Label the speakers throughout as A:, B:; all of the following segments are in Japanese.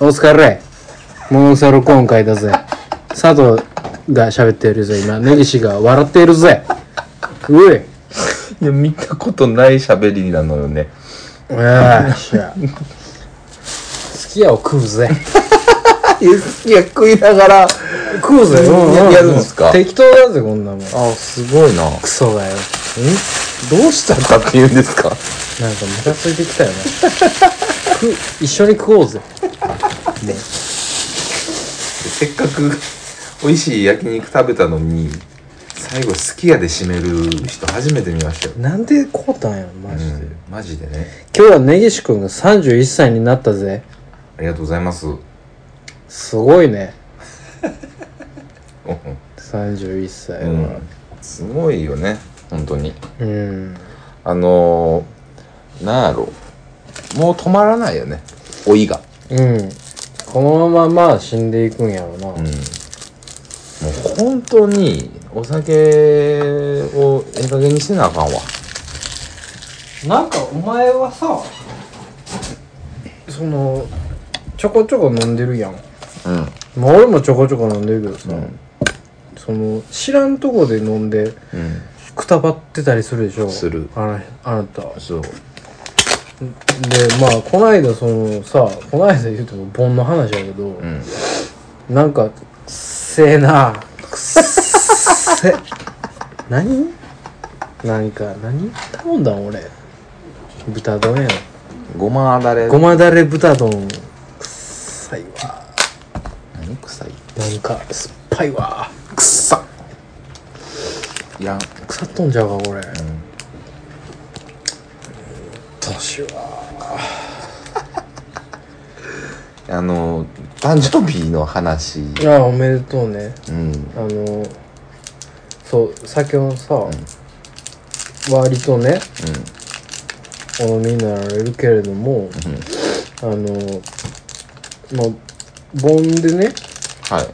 A: お疲れモノサロ今回だぜ佐藤が喋ってるぜ今根岸が笑っているぜうい
B: いや、見たことない喋りなのよね。
A: よっしゃすき家を食うぜ
B: いや、好きや食いながら。
A: 食うぜ、
B: うんやるんすか
A: 適当だぜこんなもんク
B: あ、すごいな。
A: ソがよ
B: どうしたかって言うんですか
A: なんかムカついてきたよな食う一緒に食おうぜ
B: せっかく美味しい焼肉食べたのに、最後、すき家で締める人初めて見ましたよ。
A: なんでこうたんやろマジで、
B: うんマジでね。
A: 今日は根岸君が31歳になったぜ
B: ありがとうございます。うん
A: すごいね31歳は
B: すごいよね、本当に。
A: うん、
B: あのー、なんやろ。もう止まらないよね。老いが。
A: うん。このまままあ死んでいくんやろな。
B: うん、もう本当にお酒をええ加減にしてなあかんわ
A: なんかお前はさ、その、ちょこちょこ飲んでるやん。
B: うん
A: まあ俺もちょこちょこ飲んでるけどさ、
B: うん
A: その、知らんとこで飲んで、
B: うん
A: くたばってたりするでしょ
B: する
A: あなあなた。で、
B: そう
A: まあ、こないだそのさ、こないだ言うと盆の話やけど、
B: うん
A: なんか、くっせえな。くっせえ。何何か、何頼んだん俺。豚丼やん。
B: ごまだれ
A: ごまだれ豚丼。くっさいわ。
B: 何臭い
A: なんか、酸っぱいわ。
B: くっさいらん
A: 腐っとんじゃうか、これ。
B: ん
A: 年は。
B: あの誕生日の話
A: いや、おめでとうね。
B: うん
A: あの、そう、酒をさ、割とね、お飲みになられるけれども、あの、まあ、盆でね、
B: はい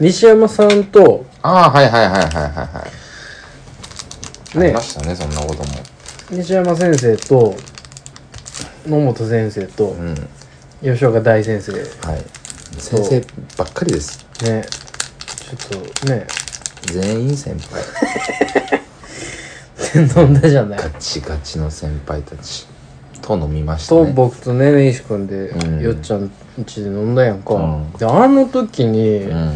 A: 西山さんと、
B: ああはいはいはいはいはいはいあり
A: ね
B: ま、したねそんなことも
A: 西山先生と、野本先生と、
B: うん
A: 吉岡大先生、
B: はい
A: そう
B: 先生ばっかりです
A: ね、ちょっとね、
B: 全員先輩
A: 飲んだじゃない
B: ガ。チガチの先輩たちと飲みました
A: と、
B: ね
A: 僕とね、根岸君で、
B: うん
A: よっちゃん家で飲んだやんか。
B: うん
A: で、あの時に、
B: う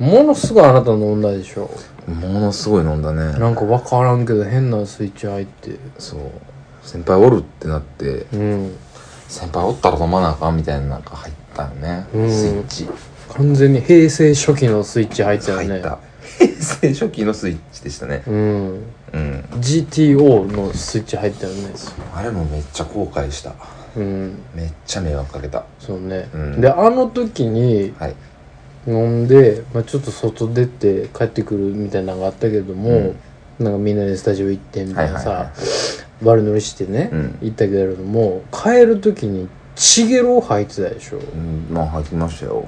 A: ものすごいあなた飲んだでしょ。
B: ん、ものすごい飲んだね
A: なんかわからんけど変なスイッチ入って。
B: そう先輩おるってなって
A: うん。
B: 先輩おったら飲まなあかんみたいななんか入ったよね、
A: うん
B: スイッチ
A: 完全に平成初期のスイッチ入ったよね。
B: 入った 平成初期のスイッチでしたね
A: うん。
B: うん、
A: GTO のスイッチ入ったよね。
B: あれもめっちゃ後悔した
A: うん。
B: めっちゃ迷惑かけた
A: そうね。
B: うん
A: で、あの時に
B: はい
A: 飲んで、まあ、ちょっと外出て帰ってくるみたいなのがあったけども、なんかみんなでスタジオ行ってみたいなさ、
B: はいはいは
A: 悪乗りしてね、
B: うん
A: 行ったけれども、帰る時にチゲロ入ってたでしょ。
B: うんまあ入ってましたよ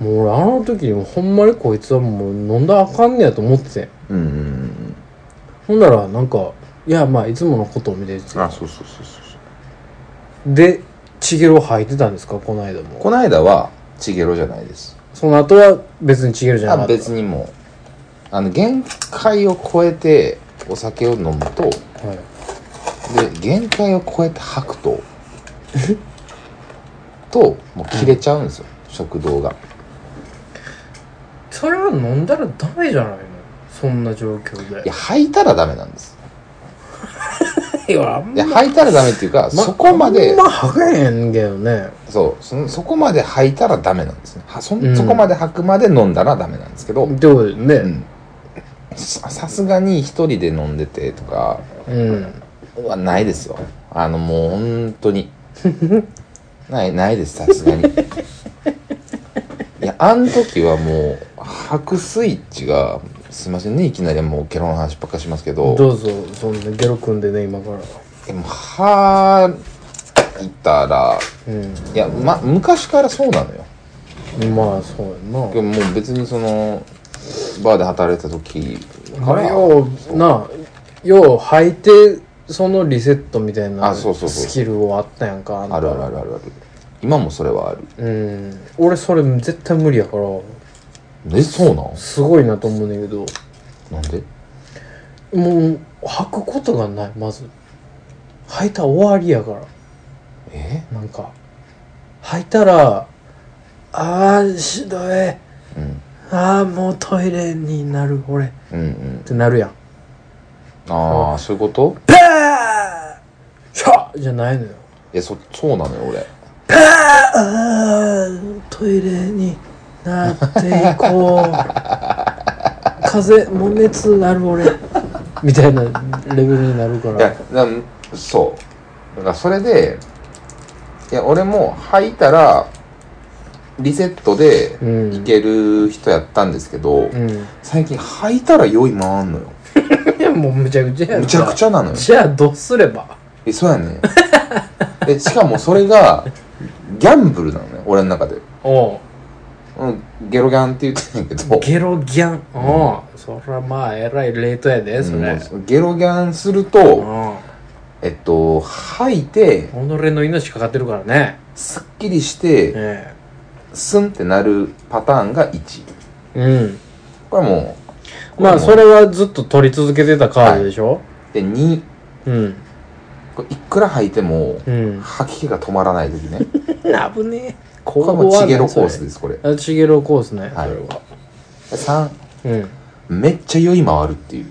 A: もう俺あの時にもうほんまにこいつはもう飲んだらあかんねやと思っててん
B: うんうんうん
A: ほんならなんか「いやまあいつものこと」みたいな
B: あ
A: や
B: そうそうそうそうそう
A: つでチゲロ吐いてたんですかこの間も
B: この間はチゲロじゃないです
A: その後は別にチゲロじゃなか
B: あ
A: った
B: 別にもうあの限界を超えてお酒を飲むと
A: はい、
B: で限界を超えて吐く とともう切れちゃうんですよ、食道が
A: それは飲んだらダメじゃないのそんな状況で
B: いや吐いたらダメなんです
A: いやあん
B: いや吐いたらダメっていうか、そこまで、
A: あんま吐けへんけどね
B: そうそのそこまで吐いたらダメなんですねはそ,、
A: うん
B: そこまで吐くまで飲んだらダメなんですけど、
A: ってことで
B: う
A: ね
B: んささすがに一人で飲んでてとか
A: うん、
B: はないですよあのもう本当 にないないですさすがにいやあの時はもう吐くスイッチがすいませんねいきなりもうケロの話ばっかしますけど
A: どうぞそんなゲロ組んでね今から
B: でも吐いたら
A: う
B: いや、ま、昔からそうなのよ
A: んまあそうやんな
B: でももう別にそのバーで働いてた時か
A: あれ
B: ら
A: ようなよう履いてそのリセットみたいな
B: あそうそうそう
A: スキルをあったやんか
B: あるあるあ
A: る
B: るあるある今もそれはある
A: うん俺それ絶対無理やから
B: えそうなん
A: すごいなと思うねんだけど
B: なんで
A: もう履くことがないまず履いたら終わりやから
B: え
A: なんか履いたらあーしどい
B: うん
A: ああもうトイレになる俺っ
B: うんうん
A: てなるやん
B: ああそういうこと
A: ペーシャッじゃないのよ
B: いやそそうなのよ俺
A: あートイレになっていこう風邪も熱なる俺みたいなレベルになるか
B: いや
A: ら
B: なんそうだからそれでいや俺も履いたらリセットで
A: うん
B: いける人やったんですけ
A: う
B: ど、
A: ん
B: 最近履いたら酔い回んのよ
A: いやもうむちゃくちゃやんか
B: むちゃくちゃなのよ
A: じゃあどうすれば
B: えそうやねんえしかもそれがギャンブルなのね俺の中で、
A: おう
B: うん、ゲロギャンって言ってんやけど
A: ゲロギャンおうそりゃまあえらいレートやでそれ、うん、己
B: うんゲロギャンするとえっと吐いて
A: の命かかってるからね
B: すっきりして
A: え
B: スンってなるパターンが1
A: えうん
B: これはもう
A: まあそ
B: れ
A: れはずっと取り続けてたカードでしょ、
B: で2
A: うん
B: これいくら吐いても
A: うん
B: 吐き気が止まらない時ね
A: 危ねえ こ
B: これもチゲロコースですこれ
A: あチゲロコースね、
B: はい
A: それは
B: 3
A: うん
B: めっちゃ酔い回るっていう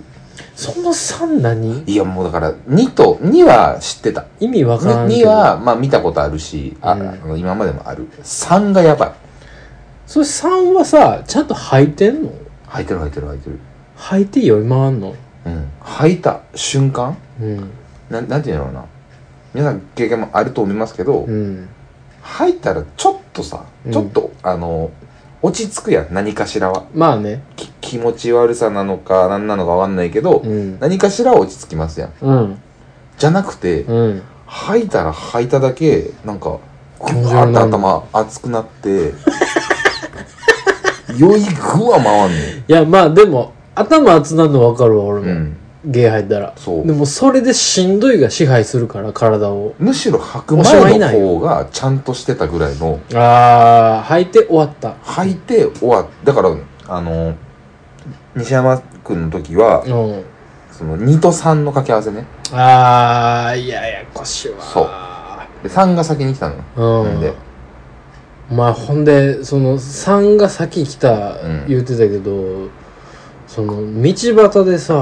A: その3何
B: いやもうだから2と2は知ってた
A: 意味わからんけ
B: 2
A: ど
B: はまあ見たことあるしあ、
A: うん
B: あの今までもある3がやばい
A: それ3はさちゃんと履いてんの
B: 吐いてる吐いてる吐いてる
A: 履いて酔い回んの
B: うん吐いた瞬間
A: うん
B: なんなんていうのかな皆さん経験もあると思いますけど、
A: うん
B: 吐いたらちょっとさ
A: うん
B: ちょっと、あの落ち着くやん何かしらは
A: まあね
B: き気持ち悪さなのか何なのかわかんないけど、
A: うん
B: 何かしらは落ち着きますやん
A: うん
B: じゃなくて、
A: うん
B: 吐いたら吐いただけなんか
A: 気
B: ぐ
A: 持ち悪
B: わーっ
A: な
B: と
A: んだ
B: 頭熱くなって 酔いぐわ回んね
A: いやまあでも頭熱なんの分かるわ俺
B: ん、う
A: も、
B: ん、
A: 芸入ったら
B: そう
A: でもそれでしんどいが支配するから体を
B: むしろ吐く
A: おしま
B: 前
A: いな
B: の
A: んよ
B: 方がちゃんとしてたぐらいの
A: ああ履いて終わった
B: 吐いて終わっだからあの西山君の時は、
A: うん
B: その2と3の掛け合わせね
A: ああややこしいわ
B: そうで3が先に来たのよ
A: うん
B: なんで
A: まあほんでその3が先来た
B: うん
A: 言うてたけど、その道端でさ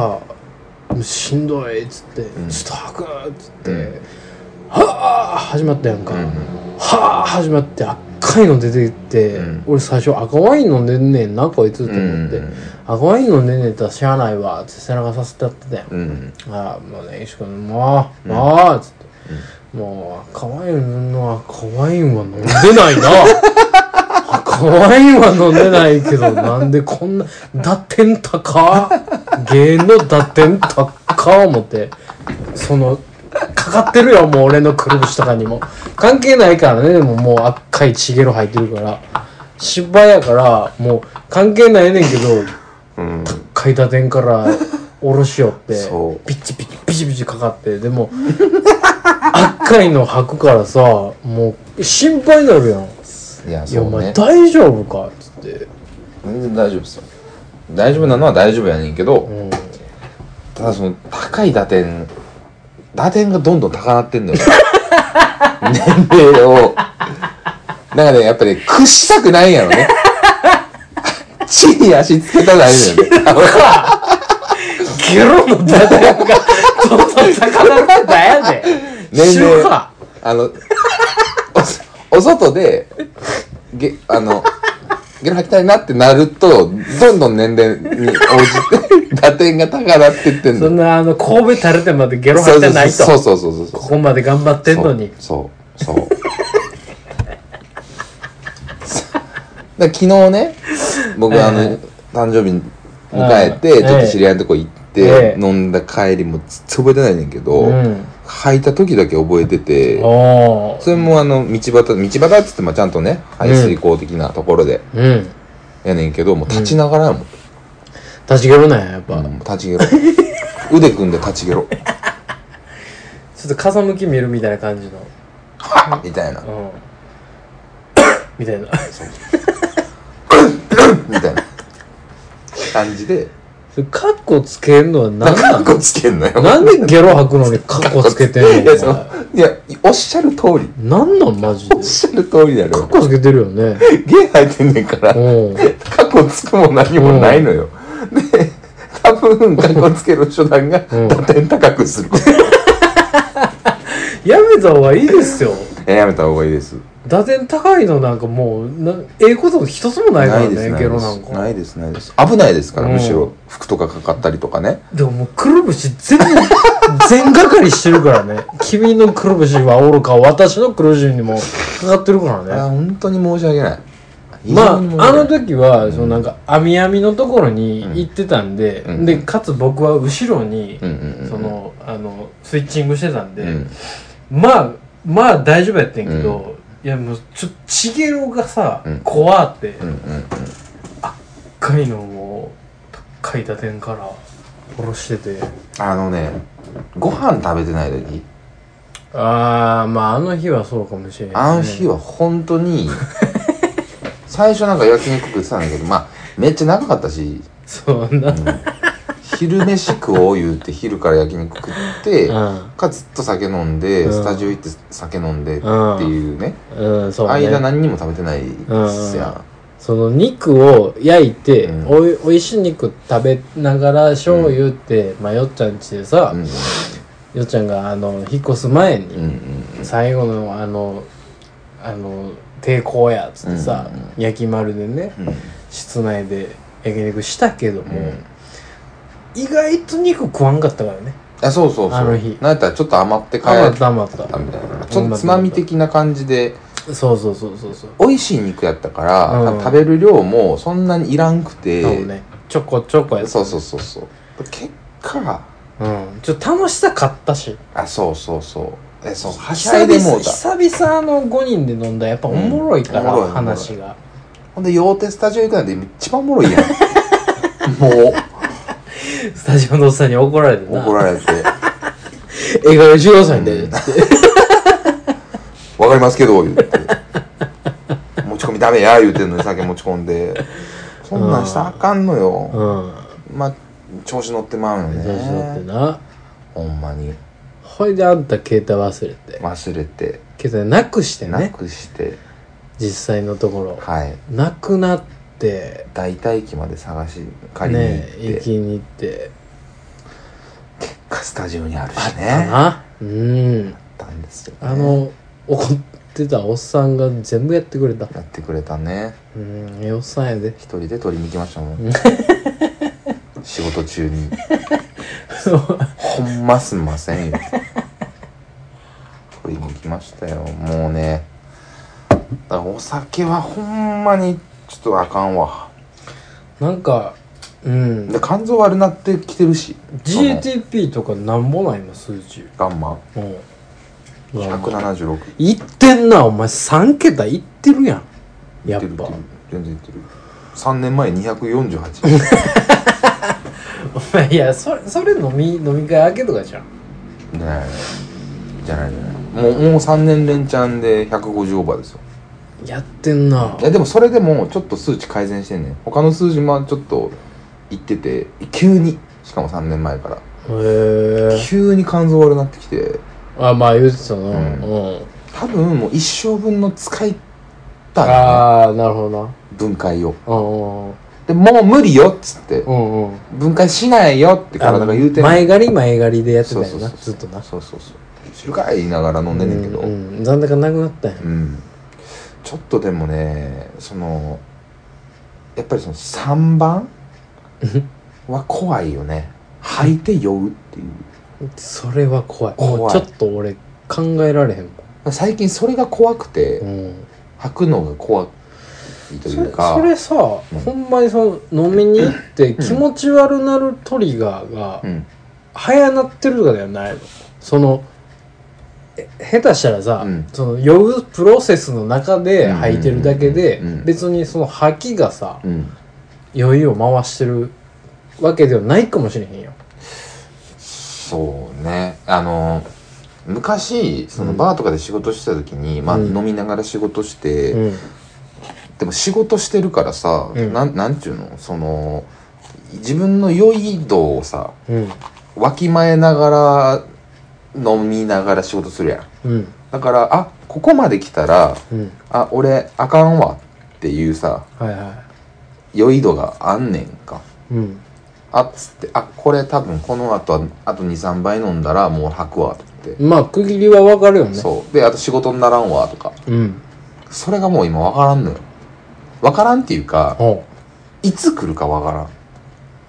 A: 「もうしんどい」っつって「
B: ん
A: ちょっと吐く」っつって「
B: うん
A: はあ」始まったやんか「
B: うん
A: はあ」始まって赤いの出てきて、
B: うん
A: 俺最初赤ワイン飲んでんねんなこいつと
B: うん
A: 思って、赤ワイン飲んでんねんったらしゃあないわっつって背中させてやってたやん
B: うん
A: ああもうね石君もうもうっつって、もう赤ワインの赤ワインは飲んでない な赤ワインは飲んでないけどなんでこんな打点高芸の打点高思ってそのかかってるよもう俺のくるぶしとかにも関係ないからねでももう赤いチゲロ入ってるから芝やからもう関係ないねんけど
B: うん
A: 階段点から下ろしよって
B: そう
A: ピチピチピチピチかかってでも 赤いの履くからさもう心配になるやん「い
B: いや
A: や
B: そ
A: お
B: う
A: 前
B: ね
A: 大丈夫か?」っつって、
B: 全然大丈夫ですよ大丈夫なのは大丈夫やねんけど
A: うん、
B: ただその高い打点打点がどんどん高なってんのよ 年齢をだからねやっぱり屈したくないんやろね 地に足つけたないのよね
A: ゲロのダダヤがどんどん高なってた やで
B: 年
A: 知る
B: 齢
A: か
B: あのおお 外でげあのゲロ吐きたいなってなるとどんどん年齢に応じて打点が高なってってん
A: そん
B: の
A: なあの神戸垂れてまでゲロ入ってないと
B: そうそうそうそうそうそう
A: ここまで頑張ってんのに
B: そうそうそうだから昨日ね僕あの、
A: え
B: 誕生日迎えて、
A: うん
B: ちょっと知り合いのとこ行って、
A: ええ
B: 飲んだ帰りもずっと覚えてないねんけど、
A: うん
B: 履いた時だけ覚えてて
A: お
B: それもあの道端道端っつってもちゃんとね排水溝的なところで
A: うん
B: やねんけどもう立ちながらやもん、
A: 立ちゲロなんややっぱ、
B: うん立ちゲロ 腕組んで立ちゲロ
A: ちょっと風向き見るみたいな感じの
B: みたいな
A: うんみたいな
B: みたいな感じで
A: それカッコつけんのは何な
B: 格
A: の
B: 好つけんのよ
A: なんでゲロ吐くのにカッコつけ てん
B: いやそ
A: の
B: のいやおっしゃる通り
A: なんなんマジで
B: おっしゃる通りだ
A: カッ
B: ろ
A: コつけてるよね
B: ゲ入ってんねんから
A: うん
B: 過去つくも何もないのよ。で、多分過去つける手段が
A: うん
B: 打点高くする。
A: やめた方がいいですよ
B: えやめた方がいいです。
A: 打点高いのなんかもうなええこと一つもないから
B: です
A: ねゲロなんか
B: ないです、ないです。危ないですから、
A: うん
B: むしろ服とかかかったりとかね。
A: でももうくるぶし全部 全がかりしてるからね君のくるぶしはおろか私のくるぶしにもかかってるからね
B: あ本当に申し訳ない。
A: まあ、あの
B: 時
A: 時は、そのなんか、網網のところに行ってたんで、
B: うん
A: で、かつ僕は後ろに、
B: うんうんうん
A: その、あの、スイッチングしてたんで、
B: うん
A: まあ、まあ大丈夫やってんけど、いやもう、ちょっと、ちげろがさ、
B: うん
A: 怖って、
B: うんうん
A: 高いのを、高い打点から、下ろしてて、
B: あのね、ご飯食べてない時、
A: あー、まああの日はそうかもしれない、
B: あの日
A: は。
B: は本当に、 最初なんか焼肉食ってたんだけど、まあ、めっちゃ長かったし、
A: そう な。
B: 昼飯食おう言うて昼から焼肉食って、
A: う
B: かずっと酒飲んで、
A: うん
B: スタジオ行って酒飲んでって
A: ん。うん。
B: いうね、
A: うん、そうね。
B: 間何にも食べてないっすや
A: その肉を焼いて、
B: うん
A: おいおいしい肉食べながら醤油って、まあ、よっちゃんちでさ、
B: ん。うん
A: よっちゃんがあの引っ越す前に、
B: うん
A: 最後のあのあの抵抗やっつってさ、
B: うんうん
A: 焼き丸でね
B: うん。うん
A: 室内で焼き肉したけども、
B: うん
A: 意外と肉食わんかったからね
B: あそうそうそう。
A: あの日
B: なんやったらちょっと余って帰
A: 余っ
B: った
A: 余った
B: たみたいな。ちょっとつまみ的な感じで、
A: そうそうそうそうそう
B: 美味しい肉やったから、
A: うん
B: 食べる量もそんなにいらんく
A: そう
B: て、
A: ねちょこちょこやつ
B: そうそうそうそう。結果、
A: うんちょっと楽しさ買ったし
B: あ、そうそうそう。え、そう、はしゃ
A: 久
B: いでも
A: 々
B: うた。
A: 久々の5人で飲んだらやっぱおもろいか
B: うんおもろ
A: ら
B: い
A: 話が、
B: ほんで、洋手スタジオ行くなんて一番おもろい やん。もう。
A: スタジオのおっさんに怒られてな
B: 怒られて
A: 映画が14歳で、
B: うん「わかりますけど」 言って「持ち込みダメや」言うてんのに酒持ち込んでそんなんしたらあかんの
A: う
B: よ
A: ん
B: まあ調子乗ってまうよ
A: 調子乗って
B: ね
A: な
B: ほんまに
A: ほいであんた携帯忘れて
B: 忘れて
A: 携帯なくして
B: な
A: ね
B: くして
A: 実際のところ
B: はい
A: なくなって
B: 大体駅まで探し借りに
A: ね
B: 行
A: 行
B: って
A: きに行って
B: スタジオにある
A: あ
B: し
A: っ
B: ね
A: た
B: あっ
A: なうん
B: たんですよね
A: あの怒ってたおっさんが全部やってくれた
B: やってくれたね
A: うんええおっさんやで
B: 一人で取りに行きましたもん 仕事中にほんますんませんよ。取りに来ましたよ。もうね。だからお酒はほんまにちょっとあかんわ。
A: なんかうん
B: で、肝臓悪なってきてるし。
A: GTP とかなんぼないの数字
B: そのガンマ
A: もう
B: 176。
A: いってんなお前3桁いってるやんやっ
B: いってる
A: ぱ
B: いってる全然いってる。3年前248。
A: お 前いやそれそれ飲み飲み会明けとかじゃん
B: ねえ。じゃないじゃない。もう、もう3年連チャンで150オーバーですよ。
A: やってんない
B: や、でもそれでもちょっと数値改善してんねん。他の数字もちょっといってて、急に。しかも3年前から。
A: へえ
B: 急に肝臓悪なってきて
A: あまあ言うてたなう
B: うん
A: ん、
B: 多分もう一生分の使いたんよね
A: ああなるほどな
B: 分解を
A: うんうん
B: でもう無理よっつって
A: うんうん
B: 分解しないよって体が言うてんの
A: 前借り前借りでやってた
B: そ
A: よ
B: う
A: な
B: そうそう
A: ずっとな
B: そうそうそう知るかい言いながら飲んでんねんけど
A: う
B: うん、
A: んうん、残高なくなったやん
B: ちょっとでもねそのやっぱりその3番は怖いよね吐いて酔うっていう
A: それは怖いもう
B: 怖い
A: ちょっと俺考えられへんも
B: 最近それが怖くて、
A: ん、うん
B: 吐くのが怖いというか
A: それそれさ、
B: うん
A: ほんまにその飲みに行って気持ち悪なるトリガーが
B: うん
A: 早なってるとかではないのそのえ下手したらさ、
B: うん
A: その酔うプロセスの中で吐いてるだけで、
B: うんうんうんうん
A: 別にその吐きがさ
B: うん
A: 酔いを回してるわけではないかもしれへんよ
B: そうねあの昔その
A: うん
B: バーとかで仕事してた時に、まあ、
A: うん
B: 飲みながら仕事して、
A: うん
B: でも仕事してるからさ、
A: うん
B: なんなんちゅうのその自分の良い度をさ
A: うん
B: わきまえながら飲みながら仕事するやん
A: うん
B: だからあここまで来たら
A: うん
B: あ俺あかんわっていうさ
A: はいは
B: 良い度があんねんか
A: いうん
B: あっつってあこれ多分この後はあと23杯飲んだらもう吐くわと思って、
A: まあ区切りは分かるよね
B: そうであと仕事にならんわとか
A: うん
B: それがもう今わからんのよわからんっていうか
A: ほ
B: いつ来るかわからん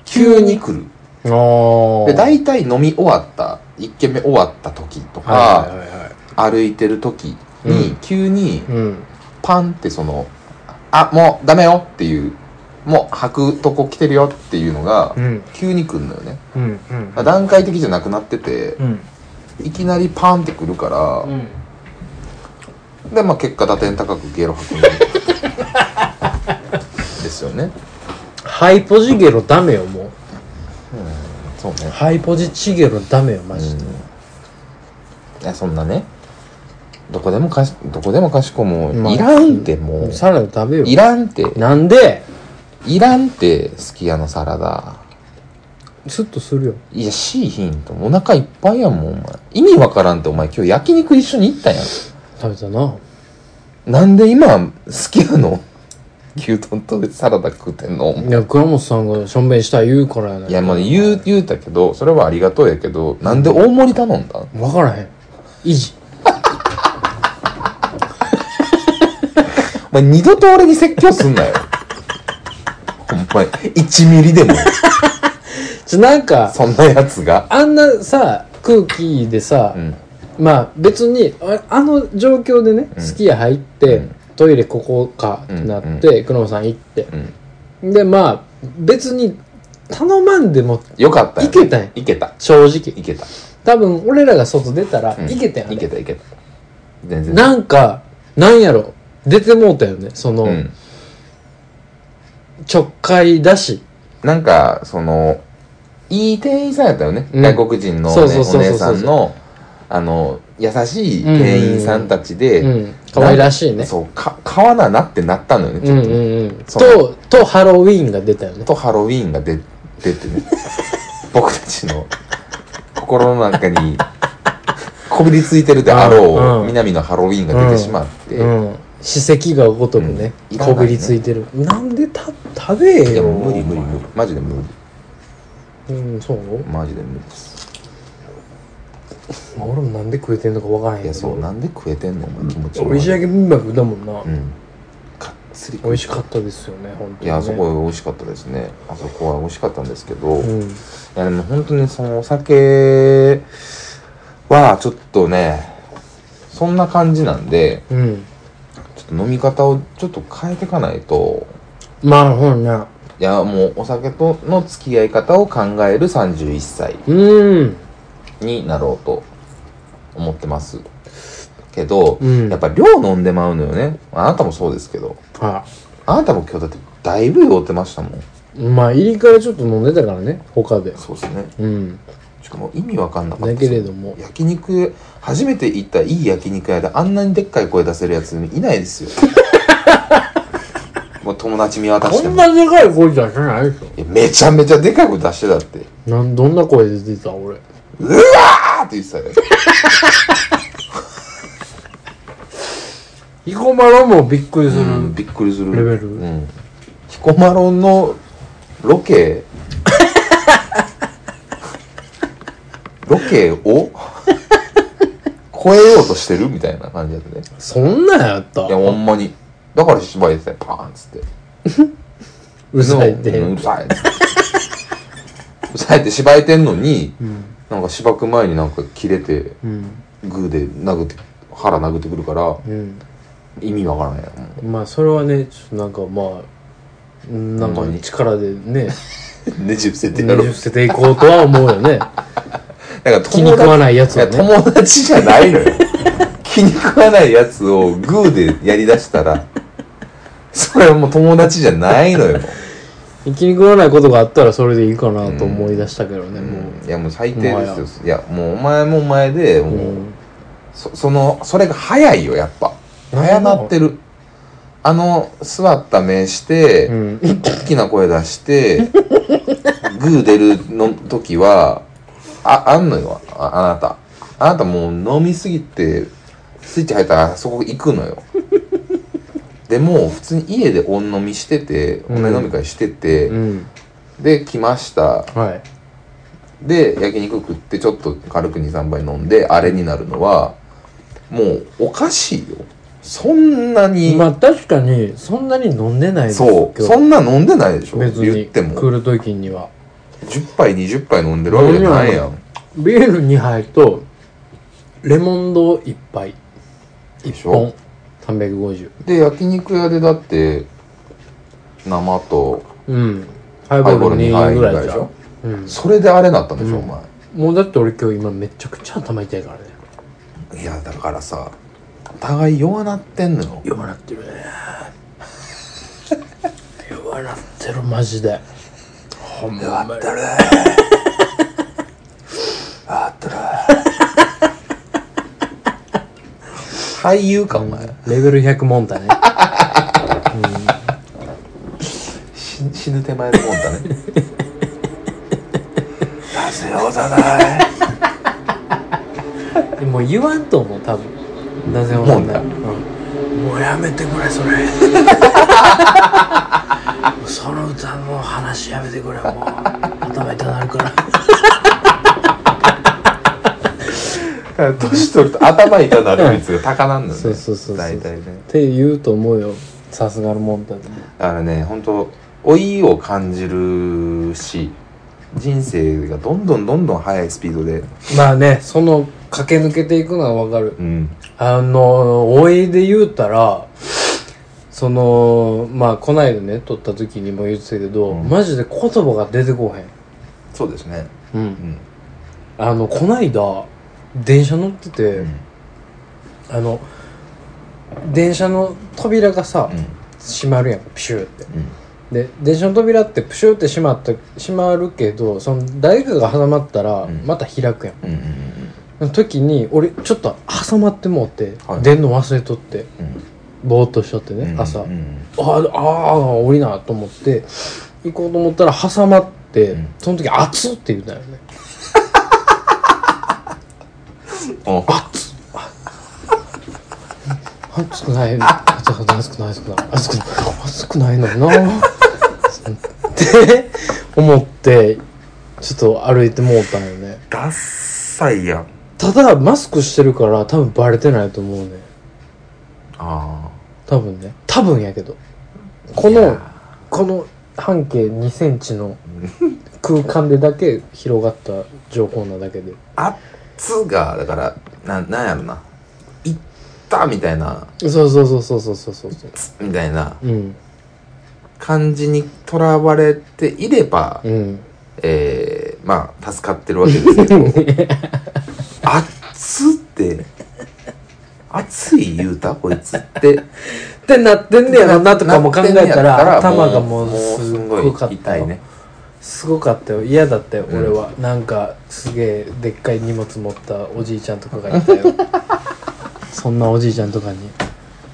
B: 急に来る
A: うああ
B: で大体飲み終わった1軒目終わった時とか、
A: はいはいはいはい
B: 歩いてる時に、
A: うん
B: 急に
A: うん
B: パンってそのあもうダメよっていうもう履くとこ来てるよっていうのが
A: うん
B: 急に来るのよね
A: うんうん
B: 段階的じゃなくなってて
A: うん
B: いきなりパンって来るか
A: うん
B: ら、でまあ結果打点高くゲロ吐くん だですよね
A: ハイポジゲロダメよもう
B: そうね
A: ハイポジチゲロダメよマジで
B: いやそんなねどこでもかしどこでもかしこも、
A: まあ
B: いらんってもう
A: サラダ食べよ
B: いらんって
A: なんで
B: いらんってすき家のサラダ
A: スッとするよ
B: いやしいヒントお腹いっぱいやもんお前意味わからんってお前今日焼肉一緒に行ったやん
A: 食べたな
B: なんで今すき家の 牛丼とサラダ食うてんのお前
A: いや倉本さんがしょんべんしたい言うからやない
B: やまあ言う言うたけどそれはありがとうやけどなんで大盛り頼んだん
A: 分からへん維持
B: お前二度と俺に説教すんなよ お前1ミリでも
A: ちょなんか
B: そんなやつが
A: あんなさ空気でさ、
B: うん
A: まあ別にああの状況でね、すき家入って、
B: うん
A: トイレここかってなって、久野さん行って、でまあ別に頼まんでも
B: よかったよ
A: いけたんや
B: いけた
A: 正
B: い
A: 直
B: けた、
A: 多分俺らが外出たら、
B: うん
A: いけたんやね
B: いけたいけた全然
A: なんかなんやろ出てもうたよねその、
B: うん、
A: ちょっかいだし
B: なんかそのいい店員さんやったよね、
A: うん
B: 外国人の、ね、
A: そうそうそうそう
B: お姉さんのあの優しい店員さんたちで、
A: うん可愛らしいね
B: そうか買わななってなったのよね、
A: うんうんうん
B: その
A: ととハロウィーンが出たよね
B: とハロウィーンが出出てね 僕たちの心の中にこびりついてるであろう、
A: うん
B: 南のハロウィーンが出てしまって、
A: うん史跡がごとくね、
B: うんいらな
A: こ
B: いね
A: びりついてるなんでた食べえ
B: いや
A: よ
B: もう無理無理無理マジで無理
A: うんそう、
B: マジで無理です
A: まあ俺もなんで食えてんのか分からへん
B: い
A: け
B: や
A: ど
B: そうなんで食えてんのお前気持ち悪い
A: 俺石焼きビンバ食だもんな、
B: うんかっつり食
A: 美
B: う
A: 味しかったですよね本当に、ね、
B: いやあそこは美味しかったですねあそこは美味しかったんですけど、
A: う
B: い
A: ん
B: やでも本当にそのお酒はちょっとねそんな感じなんで
A: うん
B: ちょっと飲み方をちょっと変えていかないと
A: まあほんない
B: やもうお酒との付き合い方を考える31歳
A: うん
B: になろうと思ってますけど、
A: うん
B: やっぱ量飲んでまうのよねあなたもそうですけど
A: あ
B: あなたも今日だってだいぶ酔ってましたもん
A: まあ入りからちょっと飲んでたからね他で
B: そうですね
A: うん
B: しかも意味わかんなかった
A: だ
B: です
A: けれども
B: 焼肉屋初めて行ったいい焼肉屋であんなにでっかい声出せるやついないです よもう友達見渡し
A: こ
B: て
A: ん
B: も
A: なでかい声出してないでし
B: いやめちゃめちゃでかい声出してたって
A: ょなんどんな声で出てた俺
B: あーって言ってたよ
A: イコマロもびっくりす
B: う
A: る、
B: んびっくりする
A: レベル
B: うん彦摩呂のロケ ロケ を超えようとしてるみたいな感じだったね
A: そんなんやった
B: いやほんまにだから芝居でパーンっつって
A: うるさいって、
B: うんうるさいってうるさいって芝居てんのに、なんか芝く前になんか切れて
A: うん
B: グーで殴って腹殴ってくるから
A: うん
B: 意味わからんやんも
A: まあそれはねちょっとなんかまあうんなん
B: ほんま
A: か
B: に
A: 力で ね
B: うねじ伏せて
A: ね
B: やろう
A: じ伏せていこうとは思うよね
B: だから
A: 気に
B: 友
A: 食わ
B: 達
A: ないやつ
B: いや
A: はね
B: 友達じゃな いのよ気に食わないやつをグーでやりだしたらそれはもう友達じゃないのよ、
A: 気に食わないことがあったらそれでいいかなと思い出したけどね、
B: う
A: も
B: んいやもう最低ですよいやもうお前もお前でも
A: う、
B: う、
A: うん
B: そそのそれが早いよやっぱ
A: なんや
B: 早なってるあの座った目して、
A: うん
B: 大きな声出して、 グー出るの時は、あ、あんのよ、ああなた。あなたもう飲みすぎて、スイッチ入ったらそこ行くのよ。でも、普通に家でお飲みしてて、お
A: うん
B: 飲み会してて、
A: うん
B: で、来ました。
A: はい
B: で、焼肉食ってちょっと軽く2、3杯飲んで、あれになるのは、もうおかしいよ。そんなに、
A: まあ確かにそんなに飲んでないです
B: そう、
A: 今
B: そ
A: 日
B: んな飲んでないでしょ
A: 別に
B: 言っても。
A: 来る時には
B: 10杯20杯飲んでるわけじゃないやん
A: ビール2杯とレモンド1杯
B: でし
A: 1本
B: ょ
A: 350
B: で焼肉屋でだって生と
A: うんハイボ
B: ハイボ
A: ー
B: ー
A: ル
B: ル
A: 2
B: 2
A: 杯
B: 杯
A: ぐ
B: ぐ
A: ら
B: ら
A: い
B: い
A: じ
B: で
A: ゃ
B: し
A: ん
B: ょ、
A: うん
B: それであれなったんでしょ、
A: うん
B: お
A: もうだって俺今日今めちゃくちゃ頭痛いからね
B: 前いやだからさお互い弱なってんのよ
A: 弱な ってるね弱なってるマジでほんまに
B: るあったる俳優かお前、
A: レベル100問題ね
B: し死ぬ手前のもんだね出せようじゃない
A: でも言わんと思う多分なぜも
B: もんだ
A: うんもうやめてくれそれ その歌もう話やめてくれもう頭痛なるから
B: だから年取ると頭痛なる率が高なんだよね
A: そうそうそうそう
B: 大体ね
A: って言うと思うよさすがのもんだね
B: だからね本当老いを感じるし人生がどんどんどんどん速いスピードで
A: まあねその駆け抜けていくのはわかる
B: うん
A: あのおいで言うたらそのまあこないだね撮った時にも言ってたけど、
B: うん
A: マジで言葉が出てこへ
B: そうですね
A: ん、う、
B: うんん
A: あのこないだ電車乗ってて、
B: うん
A: あの電車の扉がさ、
B: うん
A: 閉まるやんかピシューって
B: うん
A: で電車の扉ってプシューって閉まった閉まるけどその誰かが挟まったら
B: うん
A: また開くやん、
B: うんうん
A: その時に俺ちょっと挟まってもうて、
B: はい
A: 出んの忘れとって
B: うん
A: ぼーっとしとって
B: うん
A: ね、
B: うん
A: 朝、
B: うんうん
A: あーあー降りなと思って行こうと思ったら挟まって、
B: うん
A: その時「熱っ!」って言うたよね
B: お
A: 熱くない熱くない熱くない熱くない熱くない熱くないのになって思ってちょっと歩いてもうたんよね
B: ダッサいやん
A: ただマスクしてるから多分バレてないと思うね
B: あ
A: 多分ね多分やけど
B: あ
A: こ
B: い
A: の
B: や
A: この半径2センチの空間でだけ広がった情報なだけで
B: 圧がだからななんやろな「いった!」みたいな
A: そうそうそうそうそうそうそうそう
B: 「みたいな
A: うん
B: 感じにとらわれていれば、
A: うん
B: えー、まあ助かってるわけです けど熱って熱い言うたこいつって
A: ってなってんねやろなとかも考えた
B: なってんねや
A: ら
B: っ
A: 頭がもう
B: も
A: す
B: す
A: っ
B: ご
A: ごかっ
B: い
A: た
B: 痛いね
A: よすごかったよ嫌だったよ
B: うん
A: 俺はなんかすげえでっかい荷物持ったおじいちゃんとかがいたよ そんなおじいちゃんとかに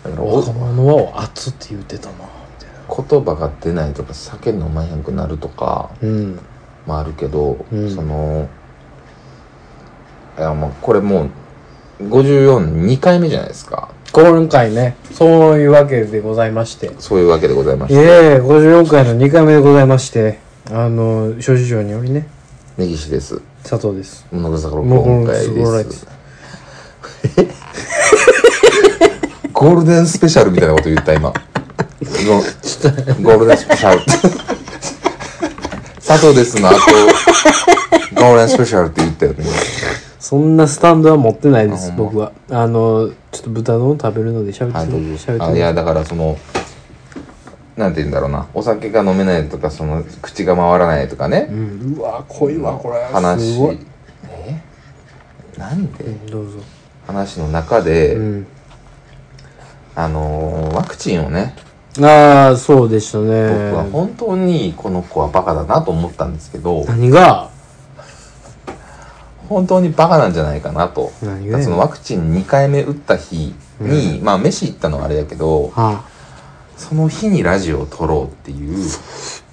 B: だからお
A: 若者は熱って言ってたなみたいな
B: 言葉が出ないとか酒飲まへんくなるとか
A: うん
B: もあるけど、
A: うん
B: そのいやもうこれもう542回目じゃないですか
A: 今回ねそういうわけでございまして
B: そういうわけでございま
A: い
B: し
A: え54回の2回目でございましてあの諸事情によりね
B: た根岸です
A: 佐藤です
B: 物語録音会
A: もうもう
B: です。ゴールデンスペシャルみたいなこと言っ た今。ゴゴールデンスペシャル。佐藤ですの後、ゴールデンスペシャルって言ったよね。
A: そんなスタンドは持ってないです
B: あ、ほんま
A: 僕は。あの、ちょっと豚丼食べるので喋
B: はい、
A: って
B: ど
A: み
B: う
A: 喋ってみ
B: ぞ。あいや、だからその、なんて言うんだろうな。お酒が飲めないとか、その、口が回らないとか
A: う
B: ね。
A: ん、うわ、濃いわ、これ。
B: 話
A: すごい。、
B: えなんで
A: どうぞ。
B: 話の中で、
A: うん。
B: あのーワクチンをね、
A: ああ、そうでした
B: 僕は
A: ね。
B: 本当にこの子はバカだなと思ったんですけど、
A: 何が
B: 本当にバカなんじゃないかなと。
A: 何
B: だからそのワクチン2回目打った日に、まあ飯行ったのはあれやけど、
A: は
B: その日にラジオを撮ろうっていう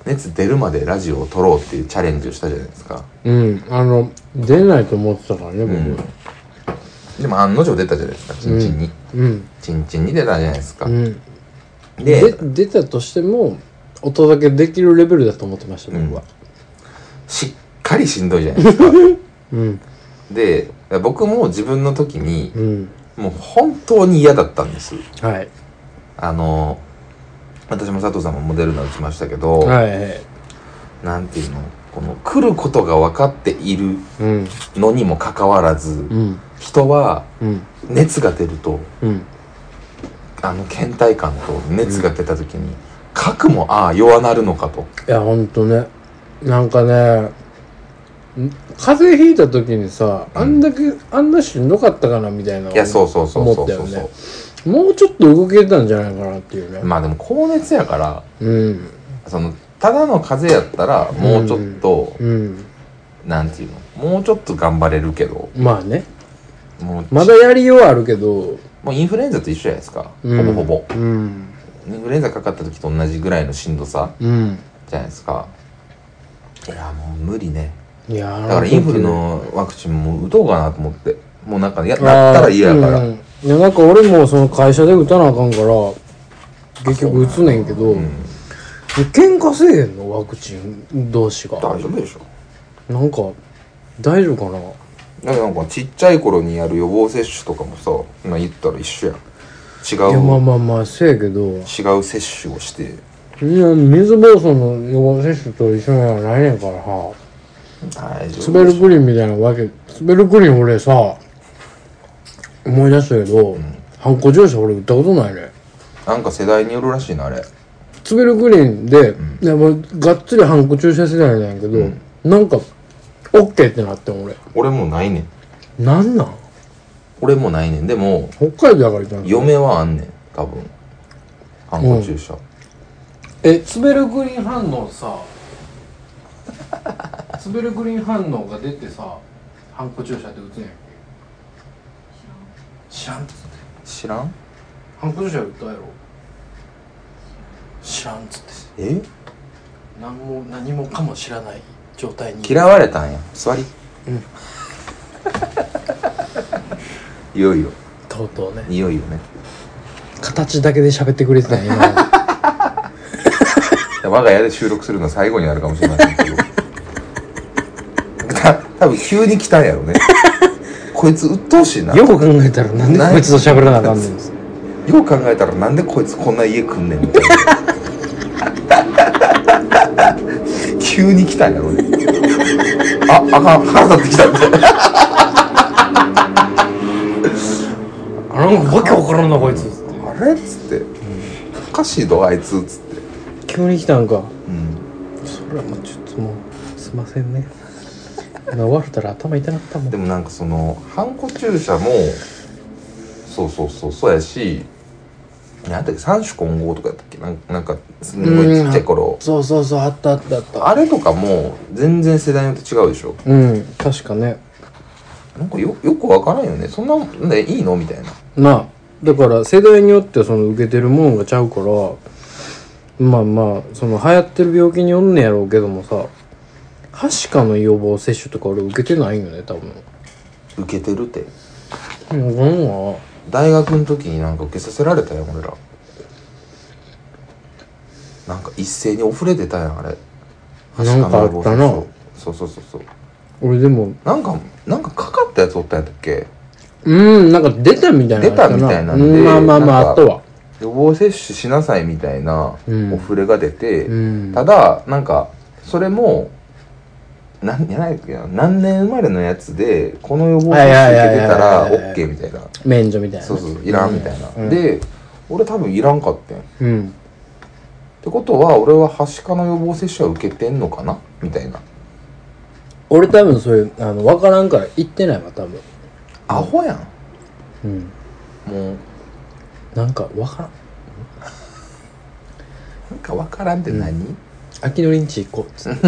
B: 熱出るまでラジオを撮ろうっていうチャレンジをしたじゃないですか
A: うんあの出ないと思ってたからね僕
B: でも案の定出たじゃないですかチンチンに、
A: うん
B: チンチンに出たじゃないですか、
A: うん
B: で
A: で出たとしてもお届けできるレベルだと思ってました
B: うん
A: 僕は
B: しっかりしんどいじゃないですか
A: うん
B: で僕も自分の時に
A: うん
B: もう本当に嫌だったんです
A: はい
B: あの私も佐藤さんもモデルナ打ちましたけど、
A: はいはい
B: なんていうのこの来ることが分かっている
A: うん
B: のにもかかわらず、
A: うん
B: 人は
A: うん
B: 熱が出ると
A: うん
B: あの倦怠感と熱が出た時に、核もああ弱なるのかと
A: いやほんとねなんかねん風邪ひいた時にさあんだけ、あんなしんどかったかなみたいない
B: やそうそうそう
A: 思
B: そ
A: っ
B: う
A: た
B: そ
A: よね
B: う
A: もうちょっと動けたんじゃないかなっていうね、
B: まあでも高熱やから
A: うん
B: そのただの風邪やったらもうちょっと、
A: うん
B: なんていうのもうちょっと頑張れるけど
A: まあね
B: もう,、
A: まだやりようあるけど、
B: もうインフルエンザと一緒じゃないですか、
A: うん
B: ほぼほぼ
A: うん
B: インフルエンザかかった時と同じぐらいのしんどさ
A: うん
B: じゃないですかいやもう無理ね
A: いや
B: だからインフルのワクチンも打とうかなと思ってもうなんかやなったら嫌やから、
A: あーうんいやなんか俺もその会社で打たなあかんから結局打つねんけど、
B: うん
A: 喧嘩せえへんのワクチン同士が
B: 大丈夫でしょ
A: なんか大丈夫かな
B: だからなんかちっちゃい頃にやる予防接種とかもさ今言ったら一緒やん違、
A: いうやまあまあまあせやけど
B: 違う接種をし
A: い
B: て
A: や水疱瘡の予防接種と一緒にはないねんからさ
B: 大丈夫
A: スベルクリーンみたいなわけスベルクリーン俺さ思い出したけど、ハンコ乗車俺打ったことないね
B: なんか世代によるらしいなあれ
A: スベルクリーンで、でもうがっつりハンコ注射世代なんやけど、なんかオッケーってなってん俺
B: 俺もうないねん
A: なんなん
B: 俺もないねんでも
A: 北海道やから行ったん
B: 嫁はあんねん多分あんこ注射、
A: えスベルクリーン反応 さスベルクリーン反応が出てさハンコ注射って打つんやっけ知らんっつって
B: 知らん
A: ハンコ注射打ったやろ知らんっつって
B: え
A: 何も何もかも知らない状態に
B: 嫌われたんや座り
A: うん
B: いよいよ
A: とうとうね
B: いよいよね
A: 形だけで喋ってくれてたんや 今
B: 我が家で収録するのは最後になるかもしれませんけど た多分急に来たんやろね こいつ鬱陶しいなよ
A: よく考えたらなんでこいつと喋らなあかんねん
B: う考えたらなんでこいつこんな家来んねんみたいな 急に来たんやろねああかん腹立ってきたみたいな
A: あなんかわけわからんなこいつっつって
B: あれっつって、おかしいぞあいつっつって
A: 急に来たんか
B: うん
A: それはもうちょっともうすいませんね治われたら頭痛なったもん
B: でもなんかそのハンコ注射もそうそうそうそうやしなんだっけ三種混合とかやったっけなんなんかすんごいちっちゃい頃
A: そうそうそうあったあったあった
B: あれとかも全然世代によって違うでしょ
A: うん確かね
B: なんかよよくわからんよねそんなんでいいのみたいな
A: なあだから世代によってその受けてるもんがちゃうからまあまあその流行ってる病気によんねやろうけどもさはしかの予防接種とか俺受けてないよね多分
B: 受けてるって
A: うんうんわ
B: 大学の時になんか受けさせられたやん俺らなんか一斉に溢れてたやんあれ
A: なんかあったな
B: そうそうそうそう
A: 俺でも
B: なんかなんかかかったやつおったんやったっけ
A: うんなんか出たみたいなのあっ
B: 出たみたいなんで
A: うんまあまあまあ
B: な
A: あ
B: ん
A: と
B: か
A: は
B: 予防接種しなさいみたいな
A: うん
B: お触れが出て、
A: うん
B: ただなんかそれもなんやないっけな何年生まれのやつでこの予防接種受けてた
A: はいはいは
B: ら
A: いはい
B: OK みたいな
A: 免除みたいな
B: そうそういらんみたいな、
A: うん
B: で俺多分いらんかってんっ
A: うん
B: てことは俺ははしかの予防接種は受けてんのかなみたいな
A: 俺多分それあの分からんから行ってないわ多分
B: アホやん
A: うん
B: もう
A: なんか分からん
B: なんか分からんって何、
A: 秋のリンチ行こうっつって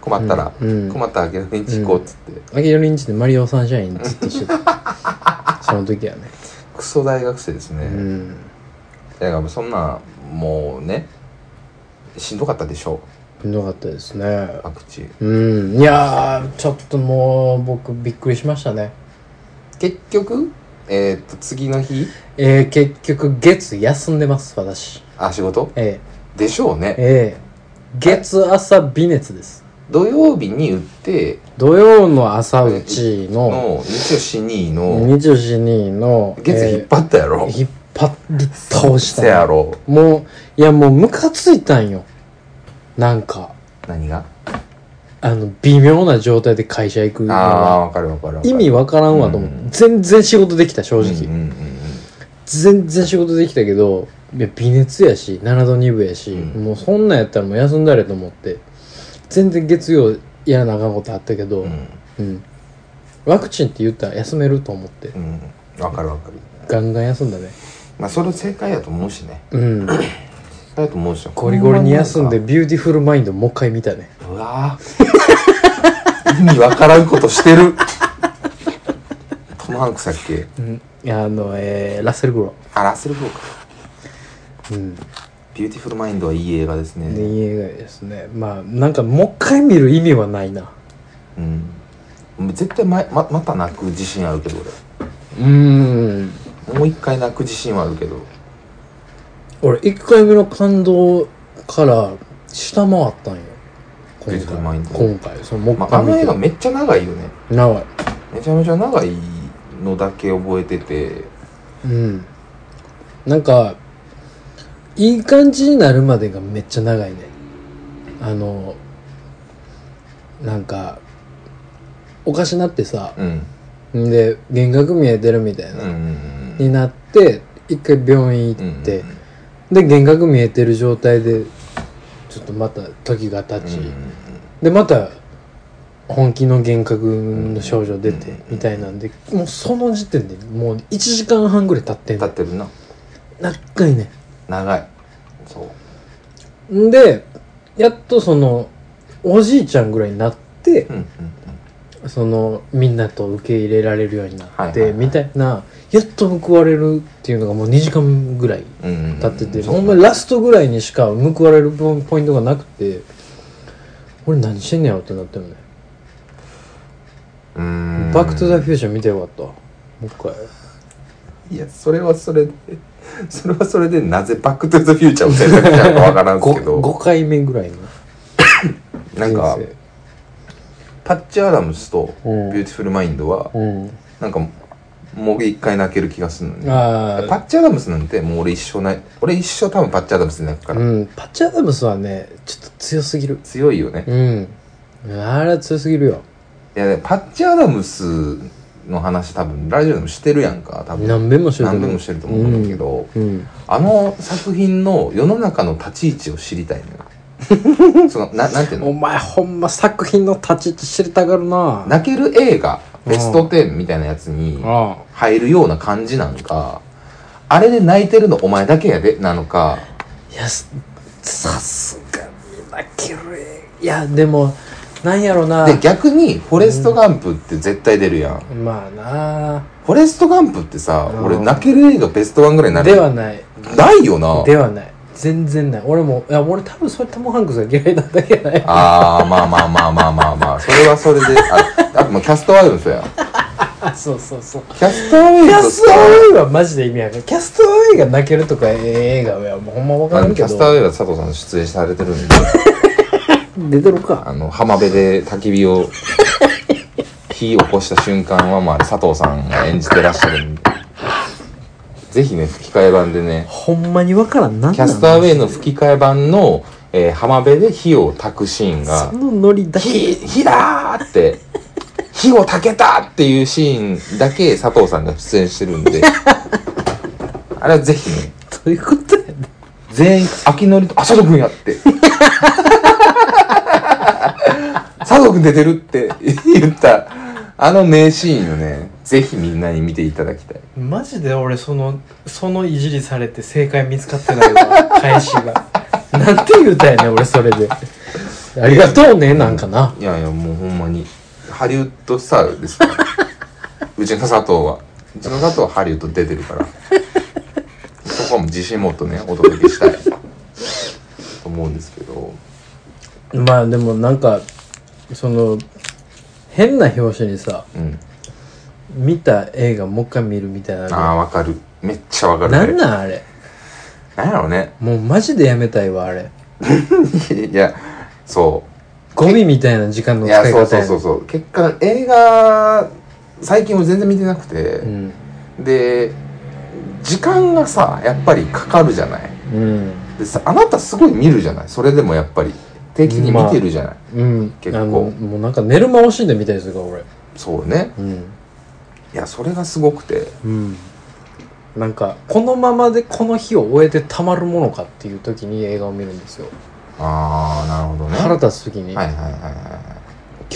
B: 困ったら、
A: うんうん
B: 困ったらあげるに行こうっつって、
A: 秋のリンチでマリオサンシャインずっとしてたその時はね
B: クソ大学生ですね、
A: うん
B: だからそんなもうねしんどかったでしょ
A: しんどかったですね
B: うパクチー
A: うんいやーちょっともう僕びっくりしましたね
B: 結局えーっと次の日
A: えー、結局月休んでます私
B: あ仕事
A: え
B: でしょう
A: え
B: ね
A: ええ月朝微熱です
B: 土曜日に打って
A: 土曜の朝うちの
B: の日曜死にの
A: 22の
B: 月引っ張ったやろ、
A: ええ引っ張り倒した
B: せやろ
A: もういやもうムカついたんよなんか
B: 何が
A: あの微妙な状態で会社行くの
B: あ
A: は
B: あわかるわかるわかる
A: 意味わからんわと思って、
B: うん
A: 全然仕事できた正直、
B: うんうんうん
A: 全然仕事できたけどいや微熱やし7度2分やし、
B: うん
A: もうそんなんやったらもう休んだれと思って全然月曜やらなあかんことあったけど、
B: う
A: うんんワクチンって言ったら休めると思って
B: うんうんわかるわかる
A: ガンガン休んだね
B: まあそれ正解やと思うしね
A: うん
B: 正解やと思うし
A: ゴリゴリに休んでビューティフルマインドもう一回見たね
B: うわぁ意味わからんことしてるトム・ハンクスだっけ
A: うんあのえー、ラッセル・グロ
B: あラッセル・クローか
A: ウうん
B: ビューティフル・マインドはいい映画ですね
A: でいい映画ですねまあなんかもう一回見る意味はないな
B: うん絶対まままた泣く自信あるけど
A: うーん
B: 俺もう一回泣く自信はあるけど
A: 俺1回目の感動から下回ったんよ今
B: デジタルマインド
A: 回今回そのもう
B: ま
A: 一
B: あ、あ
A: 回
B: の映画
A: 見
B: めっちゃ長いよね
A: て長い
B: めちゃめちゃ長いのだけ覚えてて
A: うんなんかいい感じになるまでがめっちゃ長いねあのなんかおかしなってさ
B: うん
A: んで幻覚見えてるみたい
B: うん
A: な、
B: うんうん
A: になって一回病院
B: うんう
A: 行
B: ん
A: って、で幻覚見えてる状態でちょっとまた時が経ち、
B: うんうん
A: でまた本気の幻覚の症状出て
B: うん
A: みたいなんでもうその時点でもう1時間半ぐらい経ってん
B: 立っ
A: の
B: てるな
A: 長いね
B: 長いそ
A: んでやっとそのおじいちゃんぐらいになって
B: ううんうん
A: そのみんなと受け入れられるようになって、
B: はいはいはい
A: みたいなやっと報われるっていうのがもう2時間ぐらい
B: うんうんうんうん
A: 立ってて、
B: そう
A: ほんまにラストぐらいにしか報われるポポイントがなくて俺何してんねやろってなったよね「
B: うん
A: バック・トゥ・ザ・フューチャー」見てよかったもう一回
B: いやそれはそれでそれはそれでなぜ「バック・トゥ・ザ・フューチャー」を選択したのかわからんすけ
A: 5,
B: ど
A: 回目ぐらいの
B: なんか
A: 人
B: パッチ・アダムスと「ビ
A: うん
B: ューティフル・マインド」は
A: 生うん
B: なんかもう一回泣ける気がするのね
A: あ
B: パ
A: あ
B: ッチ・アダムスなんてもう俺一生ない俺一生多分パッチ・アダムスになるから、
A: うんパッチ・アダムスはねちょっと強すぎる
B: 強いよね、い
A: うんあれは強すぎるよ
B: やねパッチ・アダムスの話多分ラジオでもしてるやんか多分
A: 何べんもしてると思
B: 何で
A: う
B: もしてると思うんだけど、
A: うん
B: あの作品の世の中の立ち位置を知りたいの よそのななんていうの
A: お前ほんま作品の立ち位置知りたがるな
B: 泣ける映画ベスト10みたいなやつに
A: あ
B: 入るような感じなんかあれで泣いてるのお前だけやでなのか
A: あいやすさすがに泣けるえいやでもなんやろな
B: で逆に「フォレスト・ガンプ」って絶対出るやん、
A: まあな
B: フォレスト・ガンプってさ
A: うん
B: 俺泣ける映画ベストワンぐらいになる
A: ではない
B: ないよな
A: ではない全然ない俺もいや俺多分それトム・ハンクスが嫌いなだけだよ
B: あーまあまあまあまあまあまあそれはそれでああともうキャストアウェイもそうや
A: あそうそうそう
B: キャストアウェイ
A: キャ
B: と
A: スト
B: さ
A: アウェイはマジで意味あるキャストアウェイが泣けるとか映画はもうほんま分
B: ま
A: から
B: あで
A: ん
B: もキ
A: け
B: ャストア
A: ど
B: ウェイは佐藤さん出演されてるんで
A: 出てるか
B: あの浜辺で焚き火を火を起こした瞬間はまあ佐藤さんが演じてらっしゃるんでぜひね吹き替え版でね
A: ほんまに分からんなん
B: キャストアウェイの吹き替え版の、えー浜辺で火を焚くシーンが
A: そのノリ
B: 「
A: だけ
B: 火火だ!」って「火を焚けた!」っていうシーンだけ佐藤さんが出演してるんであれはぜひね
A: ということやね
B: 全員秋のりと「あ佐藤君や!」って 「佐藤君出てる!」って言ったあの名シーンをねぜひみんなに見ていただきたい
A: マジで俺そのそのいじりされて正解見つかってないわ返し がなんて言うたんやねん俺それでありがとうねなんかない
B: やいやもうほんまにハリウッドスターですからうちの佐藤はうちの佐藤はハリウッド出てるからそこはもう自信持ってねお届けしたいと思うんですけど
A: まあでもなんかその変な表紙にさ
B: うん
A: 見た映画もう一回見るみたいなの
B: ああわかるめっちゃわかる
A: なんなんあれ
B: なんやろうね
A: もうマジでやめたいわあれ
B: いやそ
A: ゴミみたいな時間
B: う
A: の
B: い
A: 使い
B: や
A: 方や
B: そうそうそうそう結果映画最近俺全然見てなくて、
A: うん
B: で時間がさやっぱりかかるじゃない
A: うん
B: でさあなたすごい見るじゃないそれでもやっぱり定期に見てるじゃない、
A: うん
B: 結構
A: あのもうなんか寝る間惜しんでみたいですが俺
B: そうね
A: うん
B: いやそれがすごくて
A: うんなんかこのままでこの日を終えてたまるものかっていう時に映画を見るんですよ
B: ああなるほどね
A: 腹立つ時に、
B: はいはいはいはいはい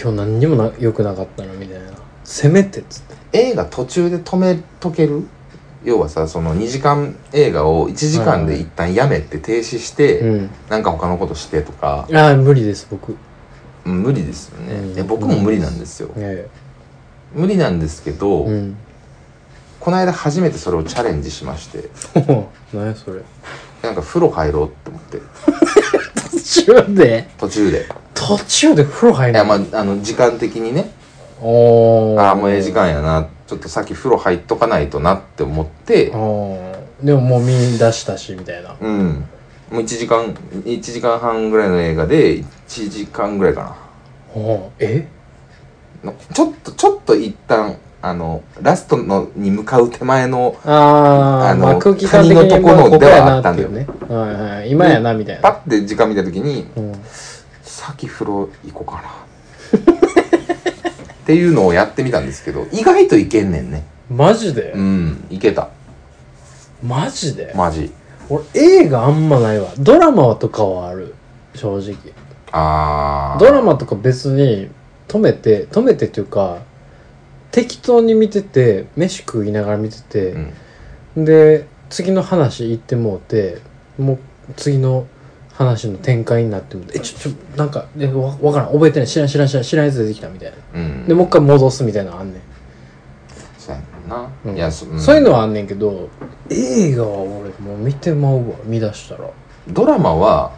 A: 今日何にもな良くなかったなみたいなせめてっつって
B: 映画途中で止めとける要はさその2時間映画を1時間で一旦やめて停止して、
A: うん
B: なんか他のことしてとか、
A: ああ無理です僕
B: うん無理ですよね、
A: うん
B: いや僕も無理なんですよ、
A: え
B: 無理なんですけど、
A: えうん
B: この間初めてそれをチャレンジしまして
A: 何やそれ
B: なんか風呂入ろうって思って
A: 途中で
B: 途中で
A: 途中で風呂入
B: い
A: る
B: やまああの時間的にね
A: お
B: ああもうええ時間やなちょっとさっき風呂入っとかないとなって思って
A: うんでももう見出したしみたいな
B: うんもう1時間1時間半ぐらいの映画で1時間ぐらいか
A: おえ
B: なのちょっとちょっと一旦あのラストのに向かう手前の
A: あ
B: あ
A: あ
B: の
A: まあ空気感的
B: 他人の
A: に
B: ところ
A: もうここ
B: では
A: や
B: あっ
A: な
B: たん
A: っ
B: だ
A: てい
B: よ
A: うねはいはい今やなみたい
B: パ
A: な
B: ッて時間見た時に
A: うん
B: さっき風呂行こうかな っていうのをやってみたんですけど意外といけんねんね
A: マジで
B: うんいけた
A: マジで
B: マジ
A: 俺映画あんまないわドラマとかはある正直
B: ああ
A: ドラマとか別に止めて止めてっていうか適当に見てて飯食いながら見て
B: う
A: て、
B: ん
A: で次の話行ってもうてもう次の話の展開になってもうてえちょちょなんかえわわからん覚えてない知らん知らん知らん知らんやつ出てきたみたいな
B: うん
A: でもう一回戻すみたいなのあんねん
B: そうやんな、
A: うん
B: いやそ,ん、
A: そういうのはあんねんけど映画は俺もう見てまうわ見出したら
B: ドラマは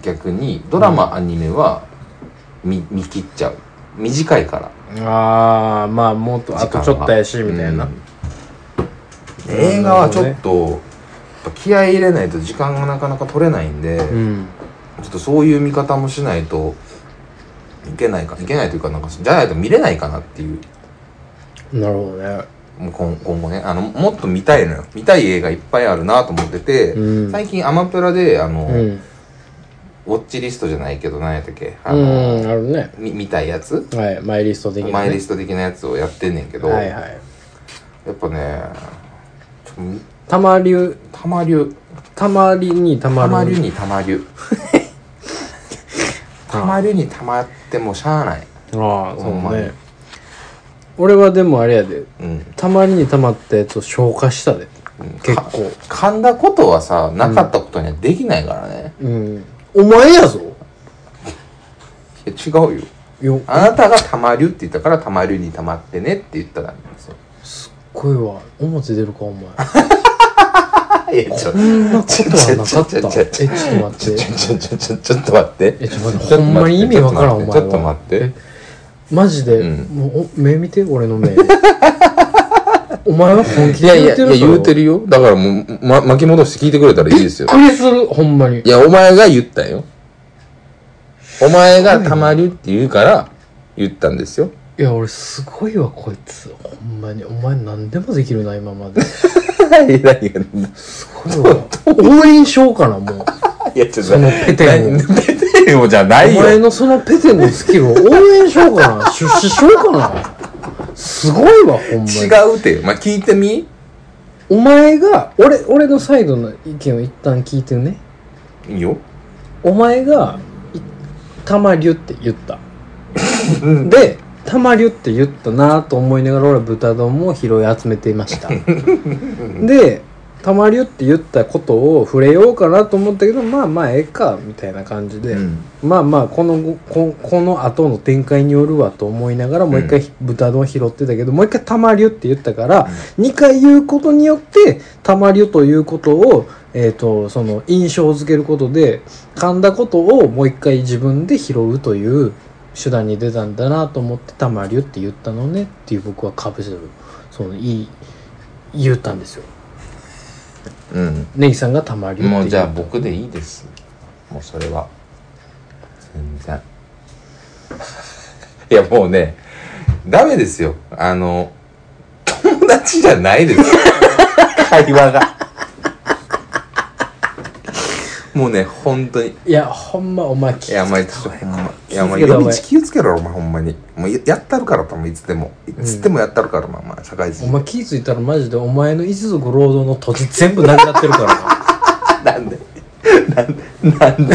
B: 逆にドラマ、アニメは見見切っちゃう短いから
A: ああまあもっとあとちょっとやしみたいな、
B: うん映画はちょっと、やっぱ気合い入れないと時間がなかなか取れないんで、
A: うん
B: ちょっとそういう見方もしないといけないかいけないというかなんかじゃないと見れないかなっていう
A: なるほどね
B: もう今今後ねあのもっと見たいのよ見たい映画いっぱいあるなと思ってて、
A: うん
B: 最近アマプラであの、
A: うん
B: ウォッチリストじゃないけど何やったっけあの、
A: うん、あるね。
B: み見たいやつ
A: はい、マイリスト的に、ね。
B: マイリ
A: ス
B: スト的なやつをやってんねんけど、
A: はいはい。
B: やっぱねちょっとみ
A: たまりゅ、
B: たまりゅ
A: たまりにたま
B: た
A: る。
B: まりゅにたま りゅたまりゅにたまってもしゃあない
A: ああ、そ
B: ほん
A: う
B: まに
A: ね。俺はでもあれやで、
B: うん
A: たまりにたまったやつを消化したで。結
B: か
A: 構。
B: 噛んだことはさなかったことにはできないからね、
A: うん。お前やぞ
B: いや違うよ
A: よ、
B: あなたがたまりゅって言ったからたまりゅにたまってねって言ったらなんです よ
A: 声は、表出るか、お 前。
B: いやちょ
A: こんなことはなかっ
B: ちょちょちょ
A: た。
B: ちょ
A: え、ちょっと
B: ち
A: 待
B: ょ
A: って。
B: ちょちょちょちょっと待って
A: え、ちょっと待っ
B: ち
A: て、
B: ょっと
A: ほんま
B: 待って
A: に意味わからん、お前は。
B: ちょっと待ってちょっと待って
A: え。マジで、
B: うん
A: もうお、目見て、俺 の目。お前は本気
B: いや
A: で
B: い
A: 言う
B: や、い
A: て
B: や
A: る
B: 言うて
A: る。
B: るよ。だからもう、ま、巻き戻して聞いてくれたらいいですよ
A: び。っくりする、ほんまに
B: い。や、お前が言ったんよ。お前がたまりゅって言うから、言ったんで すよ。
A: いや俺すごいわこいつほんまにお前何でもできるな今まです
B: 何がい
A: ごいわ応援しようかなもう
B: や、ちょっ
A: そのペテンを
B: 何 ペテンをじゃない
A: お前
B: よ。
A: のそのペテンのスキルを応援しようかな出資しようかなすごいわほんまに
B: 違うって。まあ、聞いてみ
A: お前が俺俺のサイドの意見を一旦聞いてね
B: いいよ。
A: お前がい「たまりゅ」って言った
B: うん
A: で「たまりゅ」って言ったなと思いながら俺は豚丼を拾い集めていましたでたまりゅって言ったことを触れようかなと思ったけどまあまあええかみたいな感じで、
B: うん
A: まあまあこのここの後の展開によるわと思いながらもう一回豚丼拾ってたけど、もう一回たまりゅって言ったから、2回言うことによってたまりゅということを、えー、とその印象づけることで噛んだことをもう一回自分で拾うという手段に出たんだなと思ってたまりゅって言ったのねっていう僕はかぶせるそのいい言ったんですよ。
B: うん
A: ネギさんがたまりゅって言
B: も
A: っ
B: う
A: た
B: じゃあ僕でいいですもうそれは全然 いやもうねダメですよあの友達じゃないです 会話がもうね本当に
A: いやほんまお前
B: いやお前ちょっといやお前
A: 気をつけろ
B: 夜道気をつけろお前ほんまにもうややったるからともいつでもいつでもやったるからなお前社会
A: お
B: 人
A: 前気づいたらマジでお前の一族労働の土地全部なくなってるか
B: なんでなんでなんで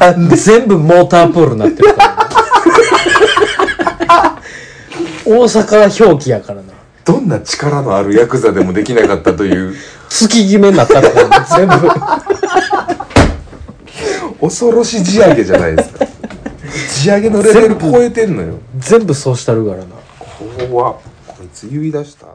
A: らな全部モータープールになってるからな大阪表記やからな
B: どんな力のあるヤクザでもできなかったという
A: 月決めになったところ全部
B: 恐ろしい地上げじゃないですか地上げのレベル超えてんのよ
A: 全部そうしたるからな
B: 怖っこいつ言い出した